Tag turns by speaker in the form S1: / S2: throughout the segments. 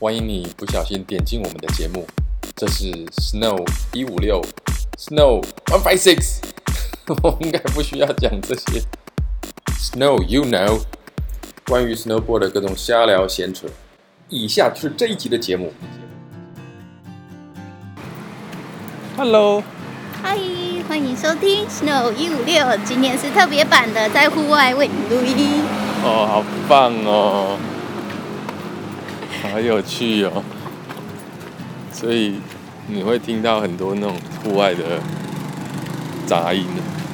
S1: 万一你不小心点进我们的节目，这是 Snow 一五六 Snow one five six，我 应该不需要讲这些。Snow you know，关于 snowboard 的各种瞎聊闲扯。以下是这一集的节目。Hello，
S2: 嗨，欢迎收听 Snow 一五六，今天是特别版的，在户外为你录音。
S1: 哦，好棒哦，好有趣哦。所以你会听到很多那种户外的杂音，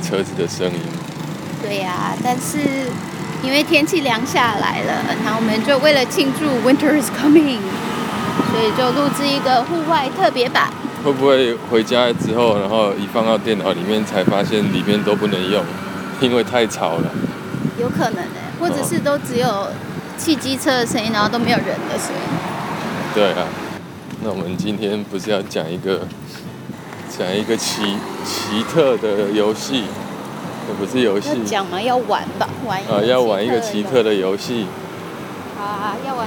S1: 车子的声音。
S2: 对呀、但是因为天气凉下来了，然后我们就为了庆祝 Winter is coming，所以就录制一个户外特别版。
S1: 会不会回家之后，然后一放到电脑里面，才发现里面都不能用，因为太吵了？
S2: 有可能
S1: 哦
S2: 的、或者是都只有汽机车的声音，然后都没有人的声音。
S1: 对啊，那我们今天不是要讲一个讲一个奇奇特的游戏，也不是游戏
S2: 要讲吗？要玩吧，玩一个
S1: 啊，要玩一个奇特
S2: 游
S1: 的游戏。
S2: 戏。好啊，要玩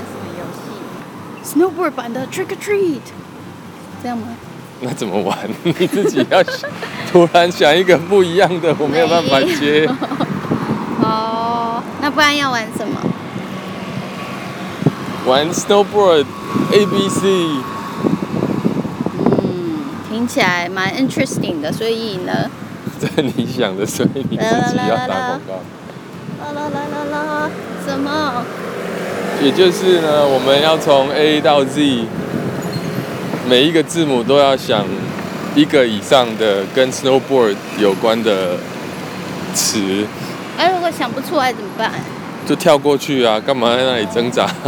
S2: 什么游戏？Snowboard 版的 Trick or Treat，这样吗？
S1: 那怎么玩？你自己要想突然想一个不一样的，我没有办法 接。
S2: 哦，那不然要玩什么？
S1: 玩 snowboard A B C，
S2: 嗯，听起来蛮 interesting 的，所以呢，
S1: 这你想的，所以你自己要打广告。
S2: 啦啦啦啦啦，什么？
S1: 也就是呢，我们要从 A 到 Z，每一个字母都要想一个以上的跟 snowboard 有关的词，
S2: 哎、如果想不出来怎么办？
S1: 就跳过去啊，干嘛在那里挣扎？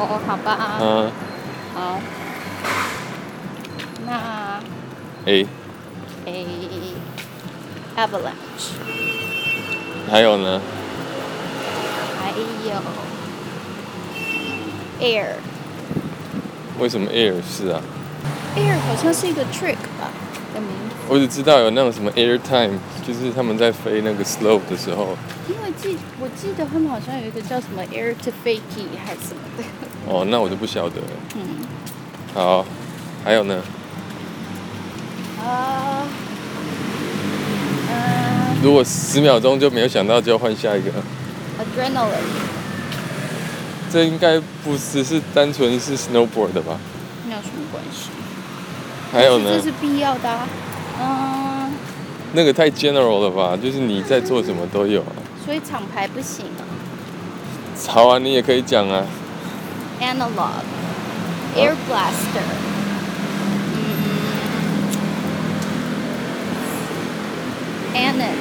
S2: 哦，好吧，
S1: 嗯，
S2: 好。那
S1: 诶，
S2: 诶，avalanche，
S1: 还有呢
S2: 还有 air，air
S1: 为什么 air 是啊？
S2: 好像是一个 trick 吧的名字，
S1: 我只知道有那种什么 air time，就是他们在飞那个 slope 的时候，
S2: 因为记我记得他们好像有一个叫什么 air to fakey 还是什么的，
S1: 哦，那我就不晓得了。
S2: 嗯。
S1: 好，还有呢，
S2: 啊，嗯
S1: 如果十秒钟就没有想到，就要换下一个。
S2: ，adrenaline，
S1: 这应该不只是单纯是 snowboard 的吧？
S2: 没有什么关系。
S1: 还有
S2: 但
S1: 呢
S2: 是这，是必要的、啊。嗯，
S1: 那个太 general 了吧？就是你在做什么都有啊。
S2: 所以厂牌不行啊。
S1: 好啊，你也可以讲啊。
S2: Analog, Air Blaster，嗯，Anon，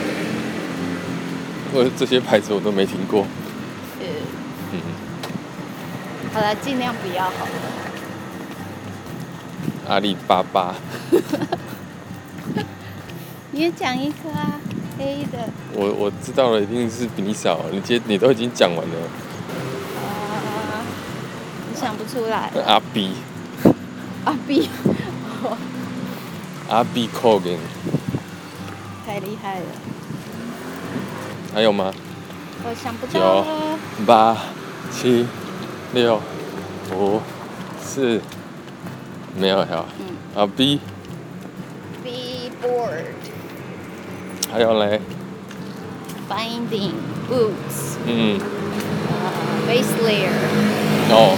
S1: 我这些牌子我都没听过。
S2: 呃，
S1: 嗯，
S2: 好了，尽量不要好了。
S1: 阿里巴巴，
S2: 你也讲一个啊，A 的，
S1: 我我知道了，一定是比你少。啊你接你都已经讲完了。
S2: 啊，我想不出 来
S1: 那阿 B
S2: 啊 B，
S1: 阿 B Cogan
S2: 太厉害了。
S1: 还有吗？
S2: 我想不到哦了。
S1: 八七六五四，没有还有
S2: 嗯
S1: 阿 B，
S2: ，Be bored,
S1: 还有嘞，
S2: finding boots,
S1: 嗯，
S2: 呃 base layer,
S1: 哦。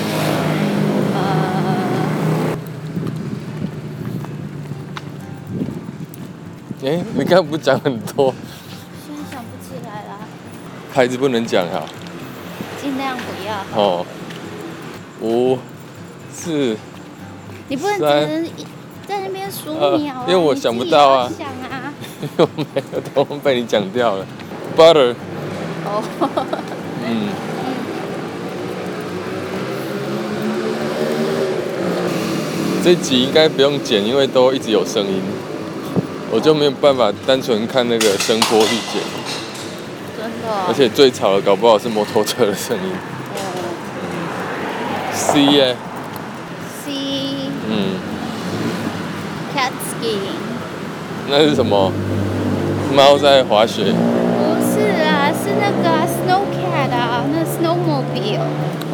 S2: 呃，
S1: 哎、你刚刚不是讲很多
S2: 现在想不起来啦，
S1: 牌子不能讲啊？
S2: 尽量不要。
S1: 哦，五、四，
S2: 你不能只
S1: 三
S2: 能一在那边数
S1: 呃
S2: 秒啊，
S1: 因为我
S2: 你
S1: 想不
S2: 自己
S1: 到啊
S2: 要想啊，
S1: 我没有，都被你讲掉了。Butter，
S2: 哦，
S1: 嗯，这集应该不用剪，因为都一直有声音，我就没有办法单纯看那个声波去剪，
S2: 真的哦。
S1: 而且最吵的搞不好是摩托车的声音。
S2: 呃
S1: C 耶、
S2: ，C
S1: 嗯，
S2: cat skiing，
S1: 那是什么？猫在滑雪。
S2: 不是啊，是那个啊 snow cat 啊，那 snowmobile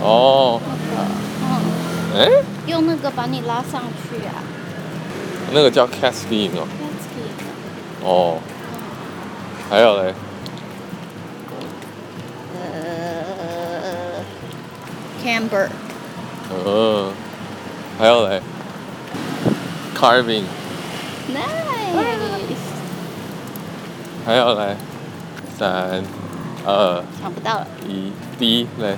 S1: 哦，
S2: 那个，嗯，
S1: 哎、
S2: 用那个把你拉上去啊
S1: 那个叫 cat skiing 哦。
S2: c a t s k i
S1: 哦，还有嘞，
S2: 呃，camber
S1: 嗯，还有嘞，carving，
S2: nice，
S1: 还有嘞，三、二、
S2: 想不到了，
S1: 一，第一嘞，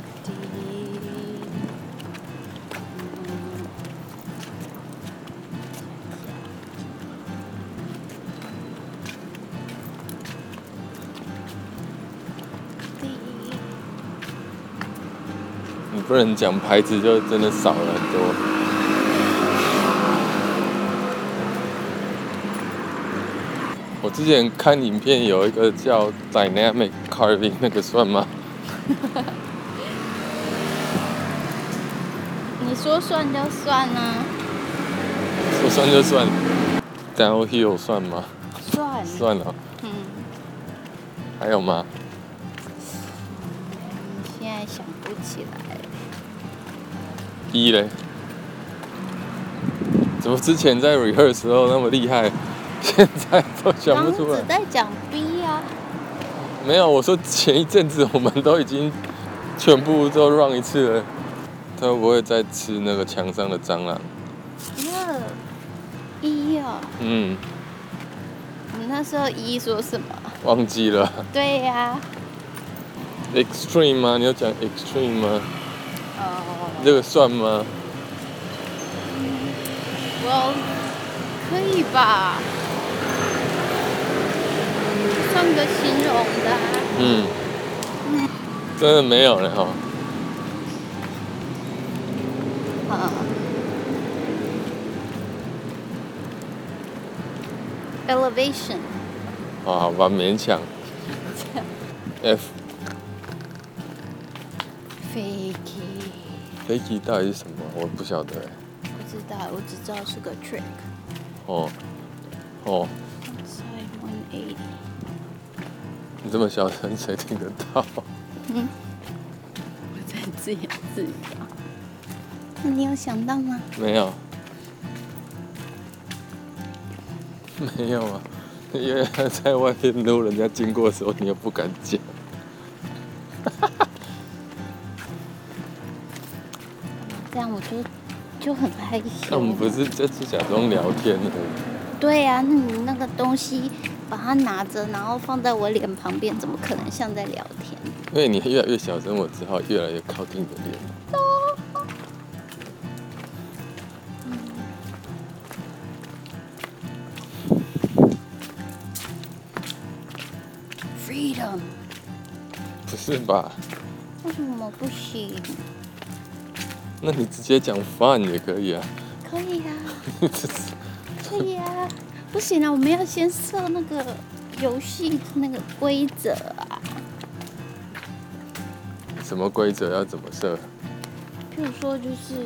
S2: 滴嗯滴
S1: 你不能讲牌子，就真的少了很多。我之前看影片有一个叫 dynamic carving，那个算吗？
S2: 你说算就算呢、
S1: 说算就算，downhill 算吗？
S2: 算，
S1: 算了，
S2: 嗯，
S1: 还有吗？
S2: 现在想不起来了。
S1: 一嘞？怎么之前在 rehearse 的时候那么厉害， 现在都想不
S2: 刚
S1: 出来
S2: 只？在讲 B 啊，
S1: 没有，我说前一阵子我们都已经全部都 run 一次了，他会不会再吃那个墙上的蟑螂？
S2: 那一哦，
S1: 嗯，
S2: 你那时候一说什么？
S1: 忘记了。
S2: 对呀、
S1: extreme 吗？你要讲 extreme 吗？
S2: 哦，
S1: 这个算吗？
S2: 我可以吧，算个形容的、啊，
S1: 嗯，真的没有了哈。
S2: 嗯。Elevation，哦
S1: 啊，好吧，勉强。F
S2: 飞机。
S1: 飞机到底是什么？我不晓得欸。
S2: 不知道，我只知道是个 trick。
S1: 哦，哦，
S2: Side one eighty。
S1: 你这么小声，谁听得到？
S2: 我在自言自语啊。那你有想到吗？
S1: 没有，没有啊，因为在外面路人家经过的时候，你又不敢讲。
S2: 这样我就就很害羞。
S1: 那我们不是这次假装聊天而
S2: 对呀、啊，那你那个东西把它拿着，然后放在我脸旁边，怎么可能像在聊天？
S1: 已，因为你越来越小声，我只好越来越靠近你的脸。
S2: Freedom，
S1: 不是吧？
S2: 为什么不行？
S1: 那你直接讲 fun 也可以啊。
S2: 可以啊，可以啊，不行啊，我们要先设那个游戏那个规则啊。
S1: 什么规则要怎么设？
S2: 譬如说就是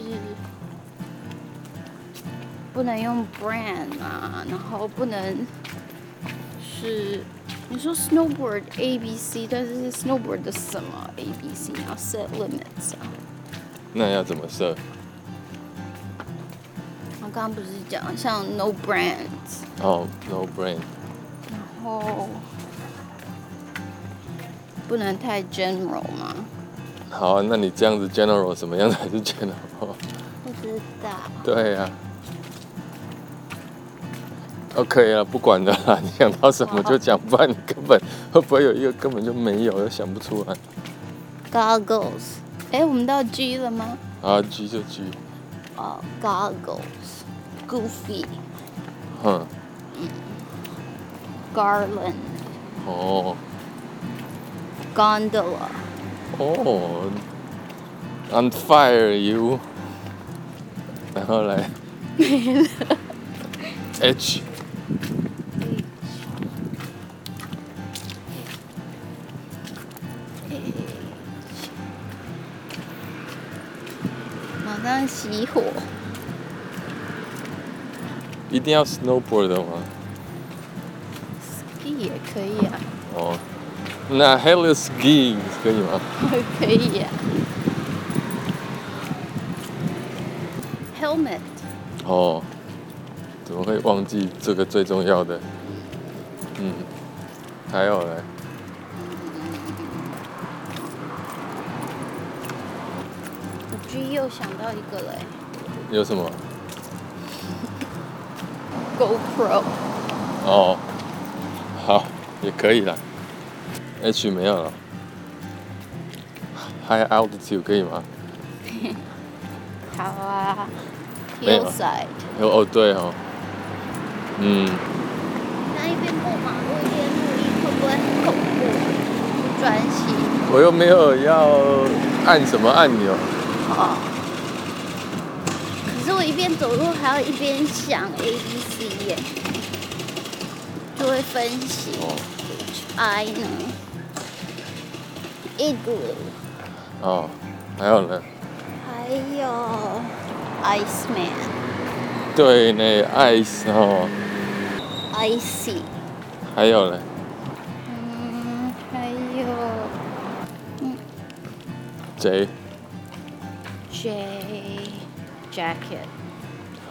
S2: 不能用 brand 啊，然后不能是你说 snowboard A B C，但是 snowboard 的什么 A B C，你要 set limits 啊。
S1: 那要怎么设？
S2: 我刚刚不是讲像 no brands，
S1: 哦、n o brain，
S2: 然后不能太 general 吗？
S1: 好啊，那你这样子 general 什么样才是 general？
S2: 不知道，
S1: 对啊呀、OK 了，不管的啦，你想到什么就讲，不然你根本会不会有一个根本就没有，又想不出来。
S2: goggles，哎，我们到 G 了吗？
S1: 啊，G 就 G，
S2: 哦，goggles，goofy。
S1: 哼，
S2: Garland
S1: 哦
S2: Gondola
S1: 哦，On fire you，然后来，H，
S2: 马上熄火，
S1: 一定要 snowboard 的吗？
S2: 也可以啊。
S1: 哦，那 Hello Skiing 可以吗？
S2: 可以啊呀、Helmet
S1: 哦，怎么会忘记这个最重要的？嗯，还有嘞，
S2: 我 G 又想到一个欸嘞
S1: 有什么？
S2: ，GoPro
S1: 哦，好，也可以啦。H 没有了，High altitude 可以吗？
S2: 好啊
S1: 没有啊
S2: ，Hillside
S1: 有哦，对哦，嗯，
S2: 那一边过马路夜路力会不会很恐怖啊？不专心
S1: 我又没有要按什么按钮，
S2: 哦。可是我一边走路还要一边想 A B C 耶，就会分析
S1: 哦
S2: H I 呢，Igloo，
S1: 哦，还有呢，
S2: 还有 Iceman、
S1: 对呢，ice 哦，
S2: Icy，
S1: 还有呢，
S2: 嗯，还有
S1: 贼，
S2: J Jacket，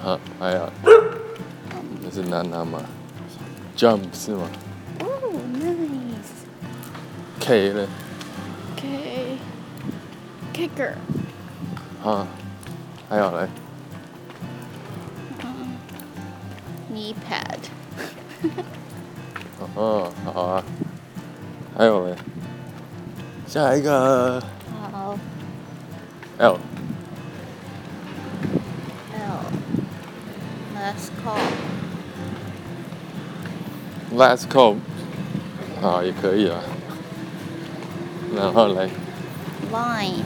S1: 啊，还有，那是娜娜吗？Jump 是吗
S2: 哦，nice，K。
S1: ？K 呢？
S2: Kicker，
S1: 啊，还有呢
S2: 嗯，knee pad，
S1: 哦，好啊，还有嘞，下一个
S2: 好
S1: L
S2: L，last call，
S1: last call，啊，也可以啦。然后嘞
S2: line，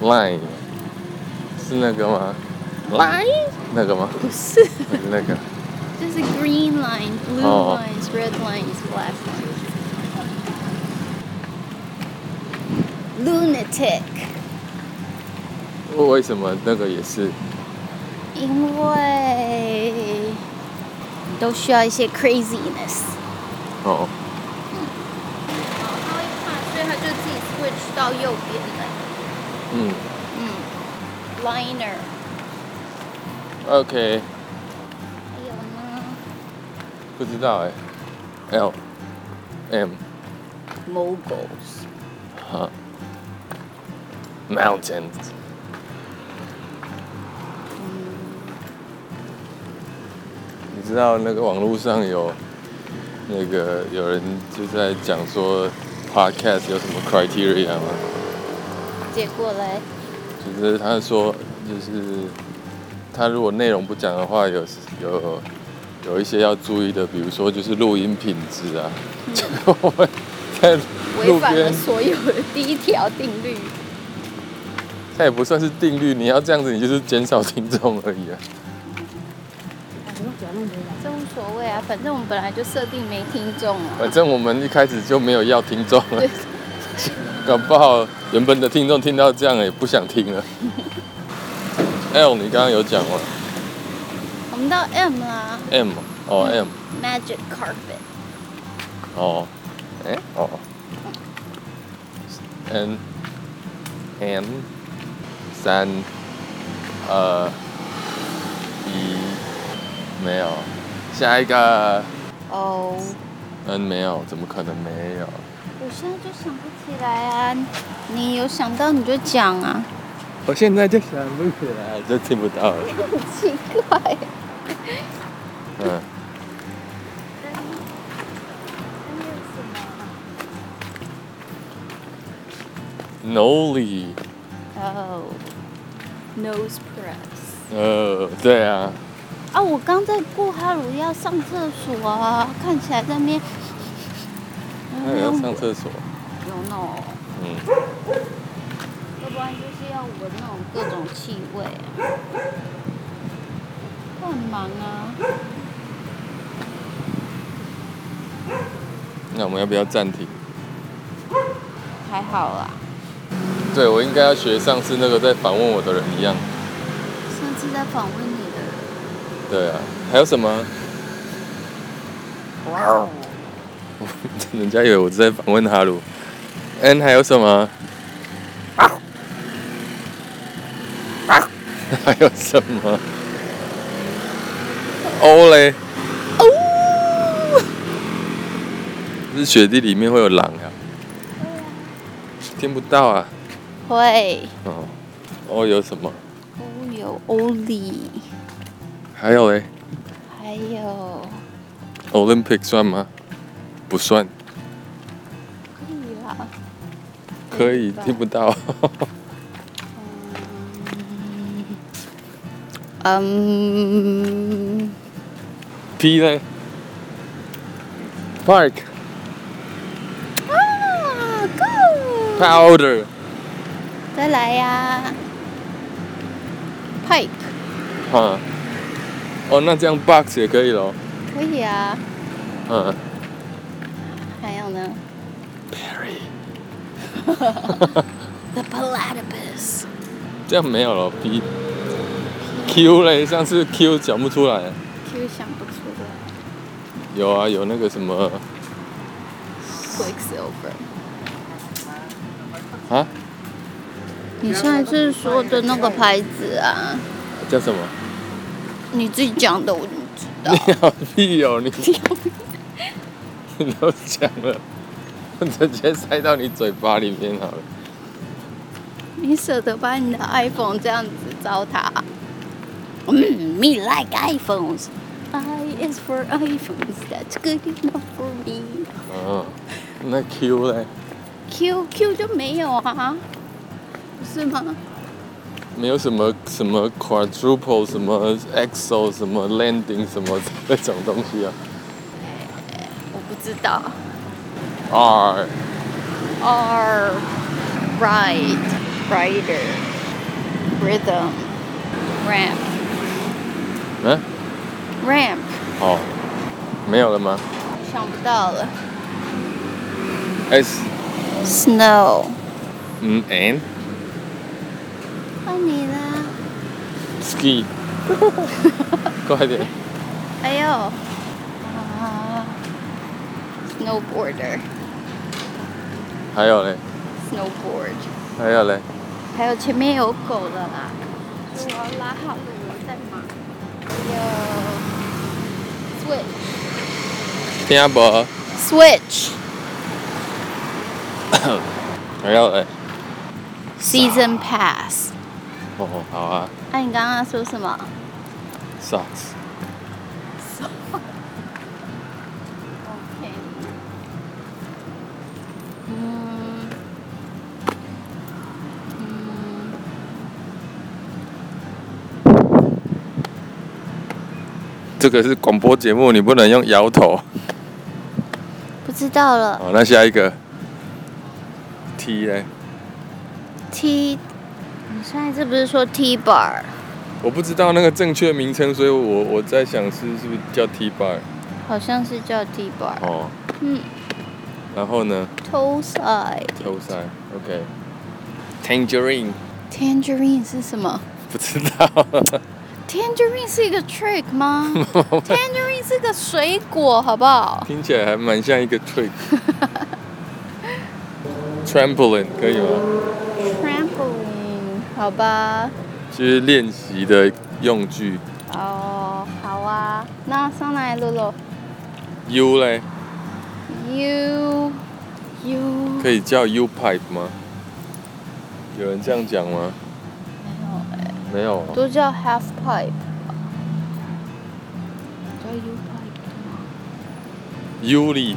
S1: ，line 是那个吗？line 那个吗？
S2: 不是，
S1: 还是那个？
S2: 这是 green line、blue
S1: 哦
S2: lines、red lines、black lines。Lunatic，
S1: 为什么那个也是？
S2: 因为都需要一些 craziness。
S1: 哦，
S2: 他会怕，所以他就自己 switch 到右边了。
S1: 嗯
S2: 嗯，liner，Hmm.
S1: ，OK，
S2: 还有呢
S1: 不知道哎、l M
S2: ，moguls。
S1: 哈，Mountains 你知道那个网络上有那个有人就在讲说 podcast 有什么 criteria 吗？
S2: 结果嘞，
S1: 就是他说就是他如果内容不讲的话，有有有一些要注意的，比如说就是录音品质啊， 结果我们在路
S2: 嗯违反了
S1: 边，
S2: 所有的第一条定律。
S1: 它也不算是定律，你要这样子，你就是减少听众而已啊。
S2: 这无所谓啊，反正我们本来就设定没听众
S1: 反
S2: 啊。
S1: 正我们一开始就没有要听众了
S2: 对，
S1: 搞不好原本的听众听到这样也不想听了。L 你刚刚有讲吗
S2: 我们到 M 啦
S1: ？M 哦 M
S2: ，Magic Carpet，
S1: 哦，哎哦，N N 三二一没有，下一个
S2: 哦，
S1: N 没有，怎么可能没有？
S2: 我现在就想不起来啊，你有想到你就讲啊，
S1: 我现在就想不起来，就听不到了。
S2: 很奇怪。
S1: 嗯。Noli，
S2: 哦，Nose Press。
S1: 呃，对啊，
S2: 啊，我刚在过哈鲁要上厕所啊，看起来在那边。哎
S1: 那也要上厕所，
S2: 有那种，
S1: 嗯，
S2: 要不然就是要闻那种各种气味啊。我很忙啊，
S1: 那我们要不要暂停？
S2: 还好啦。
S1: 对我应该要学上次那个在访问我的人一样，
S2: 上次在访问你的人，
S1: 对啊，还有什么？ 人家以为我在访问哈鲁。嗯，还有什么？ 还有什么？欧嘞？
S2: 哦
S1: 是雪地里面会有狼啊？听不到啊。
S2: 会
S1: 哦，哦有什么？
S2: 哦，有欧里，
S1: 还有嘞
S2: 还有
S1: ，Olympic 算吗？不算，
S2: 可以啦，
S1: 可以
S2: 吧
S1: 听不到。
S2: 嗯，
S1: P 嘞？Park
S2: 啊，Go，
S1: powder
S2: 再来呀，Pike
S1: 啊。哦，那这样 box 也可以咯。
S2: 可以啊，
S1: 嗯
S2: 还有呢
S1: ，Perry
S2: ，The Platypus，
S1: 这样没有了。P Q 嘞，上次 Q 讲不出来。
S2: 其实想不出的
S1: 有啊，有那个什么
S2: ，Quicksilver。
S1: 啊，
S2: 你上一次说的那个牌子啊，
S1: 叫什么？
S2: 你自己讲的，我怎么知道？
S1: 你好屁哦，你 你都讲了，我直接塞到你嘴巴里面好了。
S2: 你舍得把你的 iPhone 这样子糟蹋？嗯，Me like iPhones. I is for iPhones. That's good enough for me.
S1: 嗯，那 Q 嘞？
S2: Q Q 就没有啊，不是吗？
S1: 没有什么什么 quadruple 什么 exo 什么 landing 什么那种东西啊。
S2: 我不知道。
S1: R
S2: R ride rider rhythm ramp
S1: 嗯、
S2: ramp
S1: 哦，没有了吗
S2: 想不到了。
S1: ？S
S2: Snow
S1: 嗯 N
S2: 换你啦！
S1: ski，快点
S2: 哎呦，啊，snowboarder
S1: 还有嘞
S2: snowboard，
S1: 还有嘞
S2: 还有前面有狗了啦，我要拉好了，我在忙。还
S1: 听不？
S2: 有 switch
S1: 还有嘞
S2: switch season pass。
S1: 哦好啊
S2: 那、你刚刚说什么？
S1: socks
S2: 嗯嗯，
S1: 这个是广播节目，你不能用摇头。
S2: 不知道了。
S1: 好，那下一个 T 嘞，
S2: T，你上一次不是说 T bar？
S1: 我不知道那个正确名称，所以我我在想是是不是叫 T bar
S2: 好像是叫 T bar。
S1: 哦，
S2: 嗯
S1: 然后呢
S2: ，toe side。
S1: toe side OK tangerine
S2: Tangerine 是什么
S1: 不知 道，
S2: ？Tangerine 是一个 trick 吗？Tangerine 是个水果，好不好？
S1: 听起来还蛮像一个 trick。trampoline 可以吗？
S2: Trampoline，好吧。
S1: 就是练习的用具。
S2: 哦、好啊。那上来，露露。
S1: U 嘞，
S2: You you
S1: 可以叫 U pipe 吗？有人这样讲吗？没有哦。
S2: 都叫 half pipe，叫 U pipe。
S1: U 里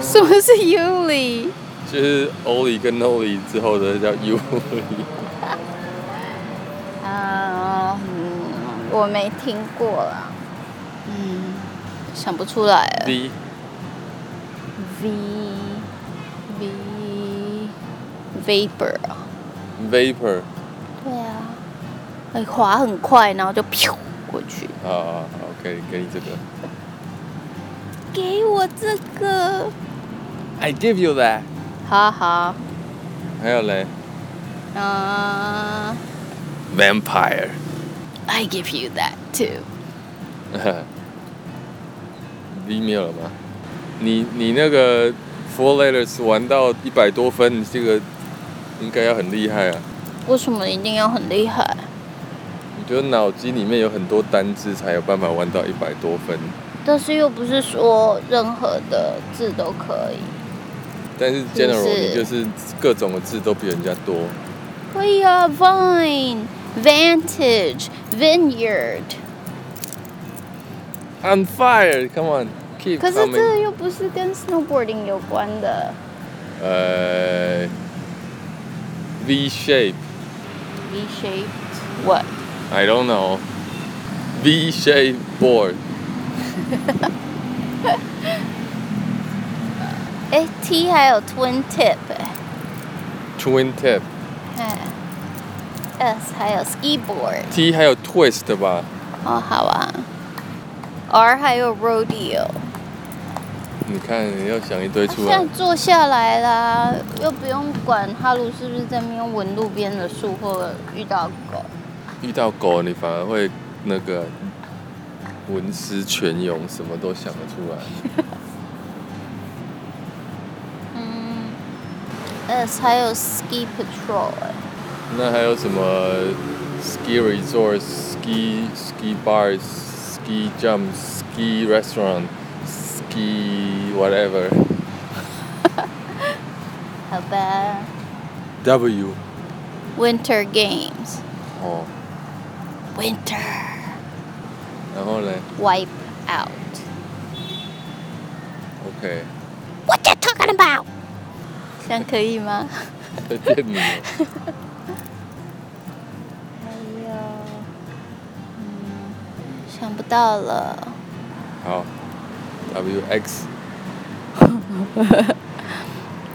S2: 什么是 U 里？
S1: 就是 Oli 跟 Noli 之后的叫 U 里。
S2: 啊、嗯，我没听过啦。嗯，想不出来了。
S1: D
S2: V V vapor 啊，
S1: 呃 vapor
S2: 对啊，哎，滑很快，然后就飘过去。
S1: 啊，OK，给你这个。
S2: 给我这个，
S1: I give you that。
S2: 好好，
S1: 还有嘞
S2: 嗯、
S1: ，vampire。
S2: i give you that too。
S1: V 没有了吗？你你那个 four letters 玩到一百多分，你这个应该要很厉害啊！
S2: 为什么一定要很厉害？
S1: 你觉得脑筋里面有很多单字才有办法玩到一百多分，
S2: 但是又不是说任何的字都可以。
S1: 但是 general
S2: 是
S1: 你就是各种的字都比人家多。
S2: 可以啊，vine、vantage、vineyard。
S1: On fire, come on, keep
S2: 可是这
S1: coming.
S2: 又不是跟 snowboarding 有关的。
S1: 呃，V shape,
S2: V shape what？
S1: I don't know. V shape board.
S2: 哎，T 还有 twin tip 哎
S1: twin tip
S2: 哎，S 还有 ski board。
S1: T 还有 twist 吧
S2: 哦，好啊。R 还有 rodeo。
S1: 你看你要想一堆
S2: 啊
S1: 出
S2: 现
S1: 来
S2: 在坐下来啦，又不用管哈鲁是不是在那边闻路边的树或遇到狗。
S1: 遇到狗你反而会那个文思泉涌什么都想得出来
S2: 嗯，S 还有 ski patrol 哎、
S1: 那还有什么 ski resort ski ski bars ski jump ski restaurant ski whatever
S2: 好吧
S1: W
S2: ，Winter Games
S1: 哦
S2: Winter
S1: 然后呢
S2: Wipe Out。
S1: OK
S2: What you talking about？这样可以吗？
S1: 再见你了
S2: 还有，嗯，想不到了。
S1: 好 W X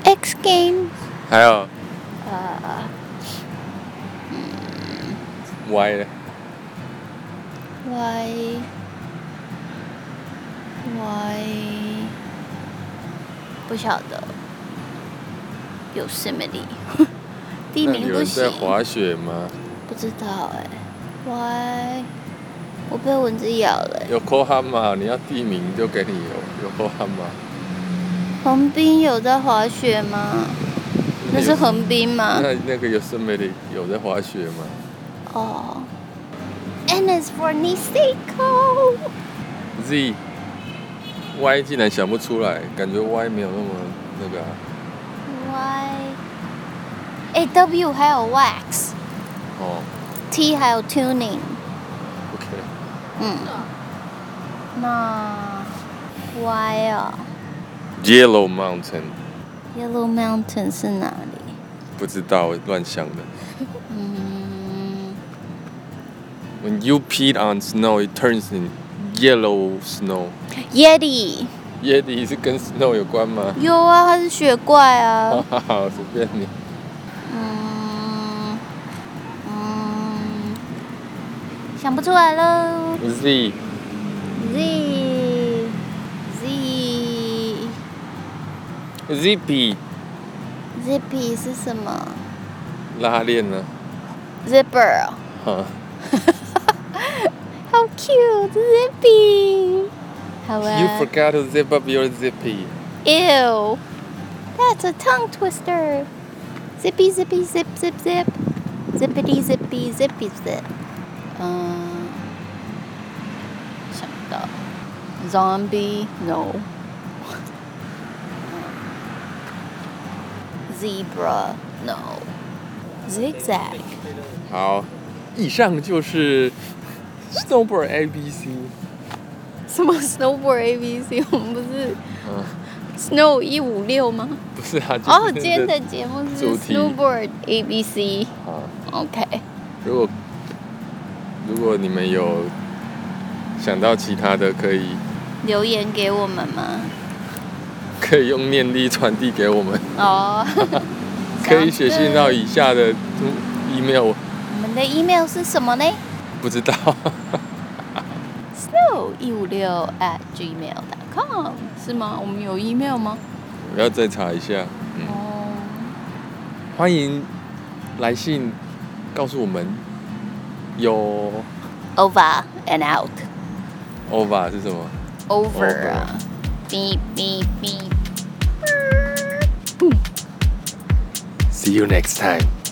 S2: X Game
S1: 还有
S2: 呃
S1: Y 呢
S2: Y Y 不晓得。Yosemite 地
S1: 那
S2: 名
S1: 有
S2: 不
S1: 人在
S2: 行，
S1: 滑雪吗？
S2: 不知道哎、Y 我被蚊子咬了欸、
S1: 有 k o h a m a 你要地名就给你有有 k o h a m a
S2: 横滨有在滑雪吗？那是横滨吗？
S1: 那那个 Yosemite 有在滑雪吗？
S2: 哦。N is for Niseko。
S1: Z Y 竟然想不出来，感觉 Y 没有那么那个、啊。
S2: Y。哎，W 还有 Wax，T
S1: 哦
S2: 还有 Tuning。
S1: ，OK，
S2: 嗯。那 Y 哦
S1: Yellow Mountain
S2: ，Yellow Mountain 是哪里？
S1: 不知道乱想的。
S2: 嗯
S1: When you pee on snow, it turns in yellow snow。
S2: ，Yeti
S1: 耶底是跟 snow 有关吗？
S2: 有啊，它是雪怪啊。
S1: 哈哈，随便你。
S2: 嗯嗯，想不出来喽。
S1: Z
S2: Z Z
S1: Zippy
S2: zippy 是什么
S1: 拉链呢？
S2: ？Zipper，哦
S1: 哈，
S2: 好 cute zippy。好
S1: You
S2: 啊。
S1: forgot to zip up your zippy.
S2: Ew. That's a tongue twister. Zippy zippy zip zip zip. Zippity zippy zippy zip. 嗯，想不到。Zombie no. Zebra no. Zigzag
S1: 好，以上就是 Snowboard ABC。
S2: 什么 snowboard A B C？我 们不是
S1: 嗯，
S2: snow 一五六吗？
S1: 不是啊，就是、
S2: 哦，今天的节目是
S1: 主题
S2: snowboard A B C。
S1: 啊，
S2: OK。
S1: 如果如果你们有想到其他的，可以
S2: 留言给我们吗？
S1: 可以用念力传递给我们，
S2: 哦，
S1: 可以写信到以下的 email，
S2: 我们的 email 是什么呢
S1: 不知道
S2: ？snow 一五六 at gmail.com 是吗？我们有 email 吗？
S1: 我要再查一下。嗯，
S2: 哦，
S1: 欢迎来信告诉我们有
S2: over and out
S1: OVA 是什么
S2: over 啊
S1: Over
S2: beep beep beep。
S1: See you next time.